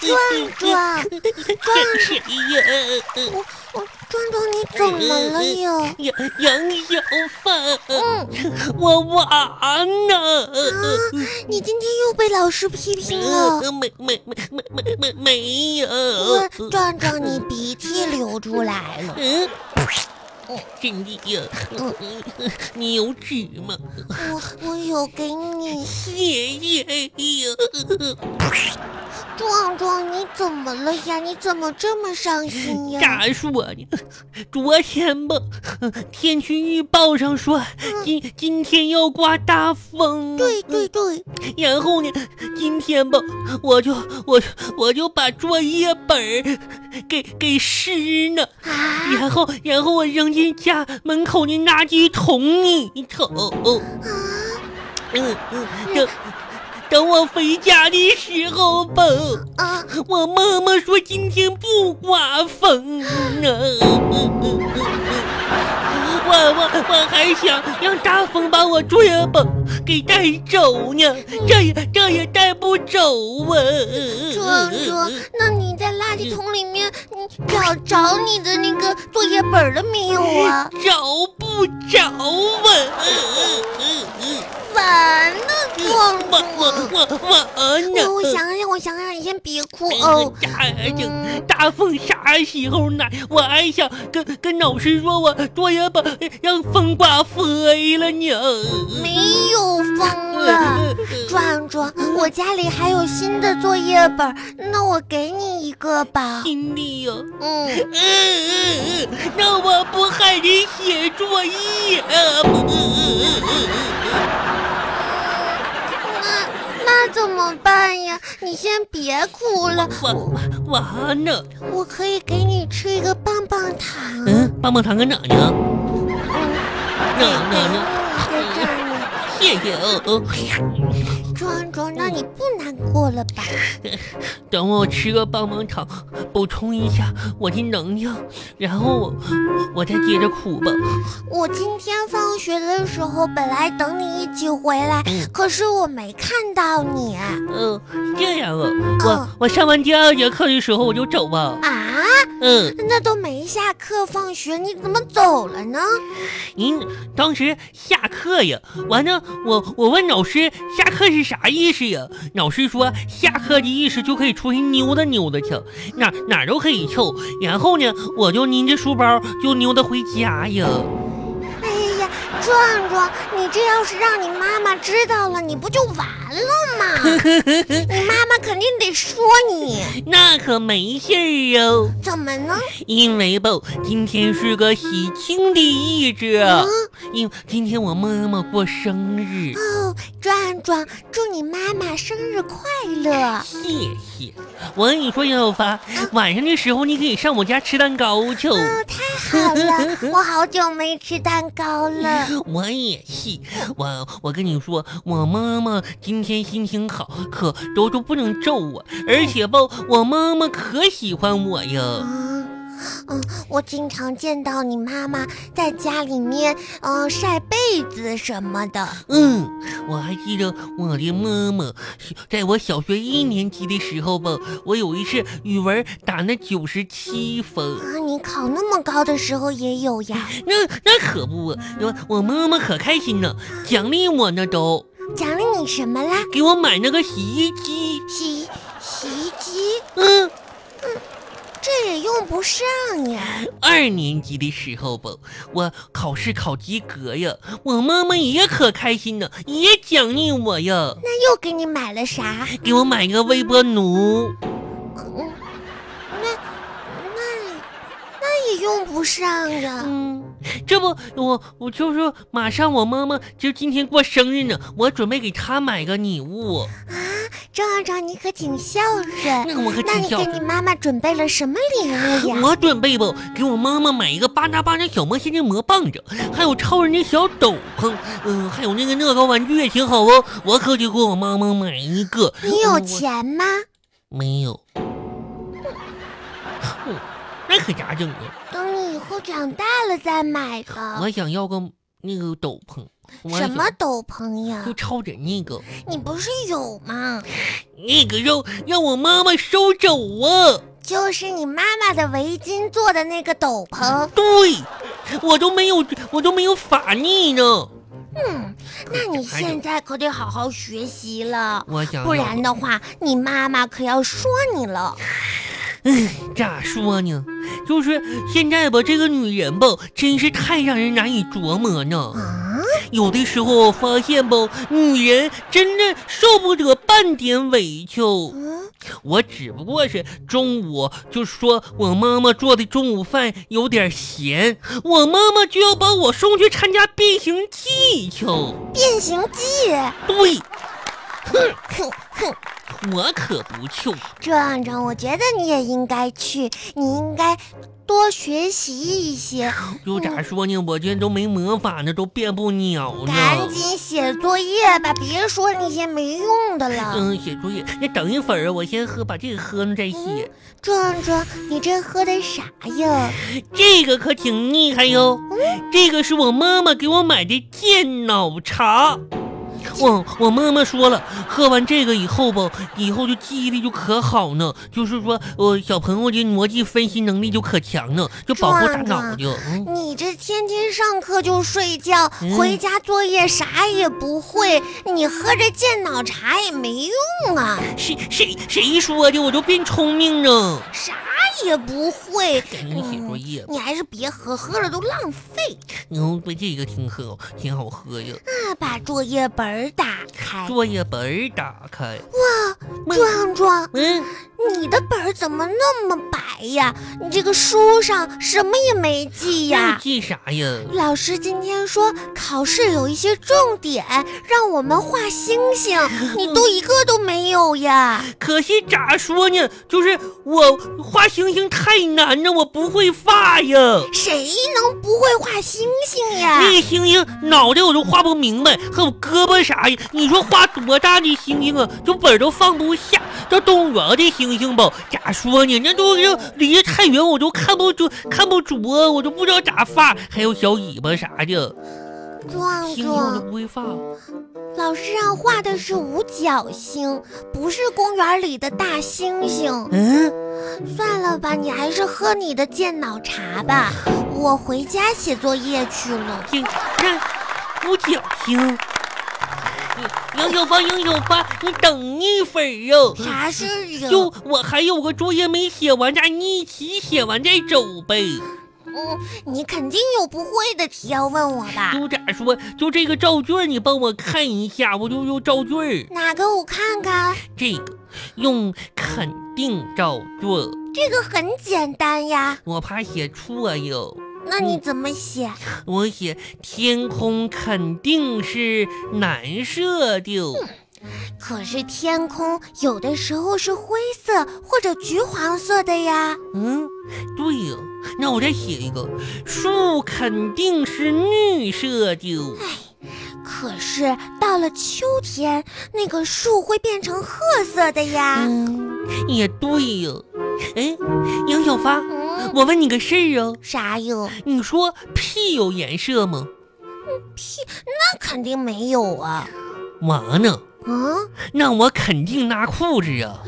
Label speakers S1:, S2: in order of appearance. S1: 壮壮，
S2: 真是痒，
S1: 我我哦壮壮，你怎么了哟？
S2: 痒痒小贩，
S1: 嗯
S2: 我完了。
S1: 啊，你今天又被老师批评了。
S2: 呃没没没没没没没有。
S1: 我壮壮，你鼻涕流出来了。
S2: 嗯，真的呀，你有纸吗？
S1: 我我有给你，
S2: 谢谢呀。
S1: 壮壮，你怎么了呀？你怎么这么伤心呀？
S2: 咋说呢？啊 昨天吧， 天气预报上说今今天要刮大风。
S1: 嗯对对对，
S2: 然后呢，今天吧，我就我我就把作业本儿给给湿了，
S1: 啊
S2: 然后然后我扔进家门口的垃圾桶里头。
S1: 啊
S2: 嗯嗯，等等我回家的时候吧，
S1: 啊啊！
S2: 我妈妈说今天不刮风啊呢。我我我还想让大风把我作业本给带走呢，这也这也带不走啊！嗯
S1: 壮壮，那你在垃圾桶里面，你找找你的那个作业本儿了没有啊？
S2: 找不着啊！
S1: 完了，壮
S2: 哎我我我
S1: 壮。
S2: 我
S1: 哎
S2: 呢？
S1: 我想想，我想想，你先别哭
S2: 哎
S1: 哦。
S2: 大整大风啥时候来？我还想跟跟老师说，我作业本让风刮飞了呢。
S1: 没有风了。壮壮，我家里还有新的作业本儿，那我给你一个吧。
S2: 心里呀，
S1: 嗯，
S2: 嗯嗯嗯，那我不还得写作业吗？
S1: 那那怎么办呀？你先别哭了，
S2: 我完了，
S1: 我可以给你吃一个棒棒糖。嗯，
S2: 嗯，棒棒糖搁哪呢？那那那，
S1: 给给你在这儿呢。
S2: 谢谢哦哦。
S1: 壮壮，那你不难过了吧？
S2: 等我吃个棒棒糖，补充一下我的能量，然后我我再接着哭吧。
S1: 我今天放学的时候本来等你一起回来，可是我没看到你啊。
S2: 嗯、这样啊，我我上完第二节课的时候我就走吧。
S1: 啊
S2: 嗯，
S1: 那都没下课放学，你怎么走了呢？
S2: 您当时下课呀，完了我我问老师下课是啥意思呀？老师说下课的意思就可以出去溜达溜达去，哪哪儿都可以去。然后呢，我就拎着书包就溜达回家呀。
S1: 哎呀，壮壮，你这要是让你妈妈知道了，你不就完了 吗？你妈妈肯定得说你，
S2: 那可没事儿啊哟。
S1: 怎么呢？
S2: 因为吧，今天是个喜庆的日子，
S1: 嗯，
S2: 因今天我妈妈过生日，
S1: 哦，壮壮，祝你妈妈生日快乐！
S2: 谢谢。我跟你说，杨小发，晚上的时候你可以上我家吃蛋糕去。
S1: 哦，太好 了，我好久没吃蛋糕了。
S2: 我也是，我我跟你说，我妈妈今天心情好，可都都不能揍我，而且吧，我妈妈可喜欢我呀。
S1: 嗯，嗯，我经常见到你妈妈在家里面，嗯、晒被子什么的。
S2: 嗯，我还记得我的妈妈，在我小学一年级的时候吧，我有一次语文打了九十七分，
S1: 啊，你考那么高的时候也有呀？
S2: 那那可不，我我妈妈可开心了，奖励我呢都，
S1: 奖励你什么啦？
S2: 给我买那个洗衣机，
S1: 洗洗衣机，
S2: 嗯。
S1: 这也用不上呀。
S2: 二年级的时候吧，我考试考及格呀，我妈妈也可开心了，也奖励我呀，
S1: 那又给你买了啥？
S2: 给我买个微波炉。
S1: 嗯，那那那也用不上啊呀。
S2: 嗯，这不我我就是马上我妈妈就今天过生日呢，我准备给她买个礼物。
S1: 啊，壮壮，你可挺孝顺。
S2: 那我可
S1: 那
S2: 挺
S1: 你
S2: 孝
S1: 给
S2: 顺
S1: 你。妈妈准备了什么礼物呀？
S2: 我准备吧，给我妈妈买一个巴扎巴扎小魔仙的魔棒子，还有超人的小斗篷，嗯、还有那个乐高玩具也挺好哦。我可得给我妈妈买一个。嗯
S1: 你有
S2: 我
S1: 钱吗？
S2: 没有。嗯那可咋整啊？啊
S1: 等你以后长大了再买吧。
S2: 我想要个那个斗篷，我
S1: 啊什么斗篷呀
S2: 就？抄着那个
S1: 你不是有吗？
S2: 那个让让我妈妈收走啊！
S1: 就是你妈妈的围巾做的那个斗
S2: 嗯
S1: 篷。
S2: 对，我都没有我都没有法力呢。
S1: 嗯，那你
S2: 还有嗯
S1: 现在可得好好学习了，
S2: 我想
S1: 不然的话，你妈妈可要说你了。
S2: 咋说呢？就是现在吧，这个女人吧，真是太让人难以琢磨呢。
S1: 啊，
S2: 有的时候我发现吧，女人真的受不得半点委屈。
S1: 嗯，
S2: 我只不过是中午就说我妈妈做的中午饭有点咸，我妈妈就要把我送去参加变形计去。
S1: 变形计，
S2: 对，
S1: 哼哼，
S2: 我可不去。
S1: 壮壮，我觉得你也应该去，你应该多学习一些，
S2: 就咋说呢？我这都没魔法呢，都变不了呢。
S1: 赶紧写作业吧，别说那些没用的了。
S2: 嗯，写作业，那等一会儿啊，我先喝，把这个喝了再
S1: 嗯
S2: 写。
S1: 壮壮，你这喝的啥呀？
S2: 这个可挺厉害哟，
S1: 嗯
S2: 这个是我妈妈给我买的健脑茶。我我妈妈说了，喝完这个以后吧，以后就记忆力就可好呢，就是说，呃，小朋友这逻辑分析能力就可强呢，就保护大
S1: 壮壮
S2: 脑就。嗯，
S1: 你这啊天天上课就睡觉，
S2: 嗯
S1: 回家作业啥也不会，你喝着健脑茶也没用啊，
S2: 谁谁谁说的？我就变聪明呢。
S1: 啥也哎不会。
S2: 赶紧写作业吧，
S1: 你还是别喝，喝了都浪费。
S2: 嗯，对这个挺好，挺好喝呀。
S1: 那把作业本儿打开，
S2: 作业本儿打开，妈
S1: 壮壮，
S2: 嗯。
S1: 你的本儿怎么那么白呀？你这个书上什么也没记
S2: 呀，
S1: 呀。
S2: 记啥呀？
S1: 老师今天说考试有一些重点，让我们画星 星，你都一个都没有呀。
S2: 可惜咋说呢，就是我画星星太难了，我不会画呀。
S1: 谁能不会画星星呀？
S2: 那个星星脑袋我都画不明白，还有胳膊啥呀？你说画多大的星星啊？这本儿都放不下。这动物园的星星吧，咋说呢？那都是离得太远，我都看不着，看不着，啊我都不知道咋画。还有小尾巴啥的，
S1: 壮
S2: 星星我都
S1: 壮，
S2: 不会画。
S1: 老师让画的是五角星，不是公园里的大猩猩。
S2: 嗯，
S1: 算了吧，你还是喝你的健脑茶吧，我回家写作业去了。
S2: 星，看五角星。杨小发，杨小发，你等一会儿哟。
S1: 啥事儿
S2: 就
S1: 啊？
S2: 我还有个作业没写完，咱一起写完再走呗。
S1: 嗯，你肯定有不会的题要问我吧？
S2: 就咋说，就这个造句儿，你帮我看一下，我就用造句儿。
S1: 哪个我看看？
S2: 这个用肯定造句儿，
S1: 这个很简单呀，
S2: 我怕写错哟。
S1: 那你怎么写？
S2: 我写天空肯定是蓝色的，
S1: 可是天空有的时候是灰色或者橘黄色的呀。
S2: 嗯，对呀。那我再写一个，树肯定是绿色的。哦
S1: 可是到了秋天，那个树会变成褐色的呀。
S2: 嗯，也对呀。哎，杨小发，
S1: 嗯，
S2: 我问你个事儿啊，
S1: 啥哟？
S2: 你说屁有颜色吗？
S1: 那肯定没有啊。
S2: 完呢，
S1: 嗯，
S2: 那我肯定拉裤子啊！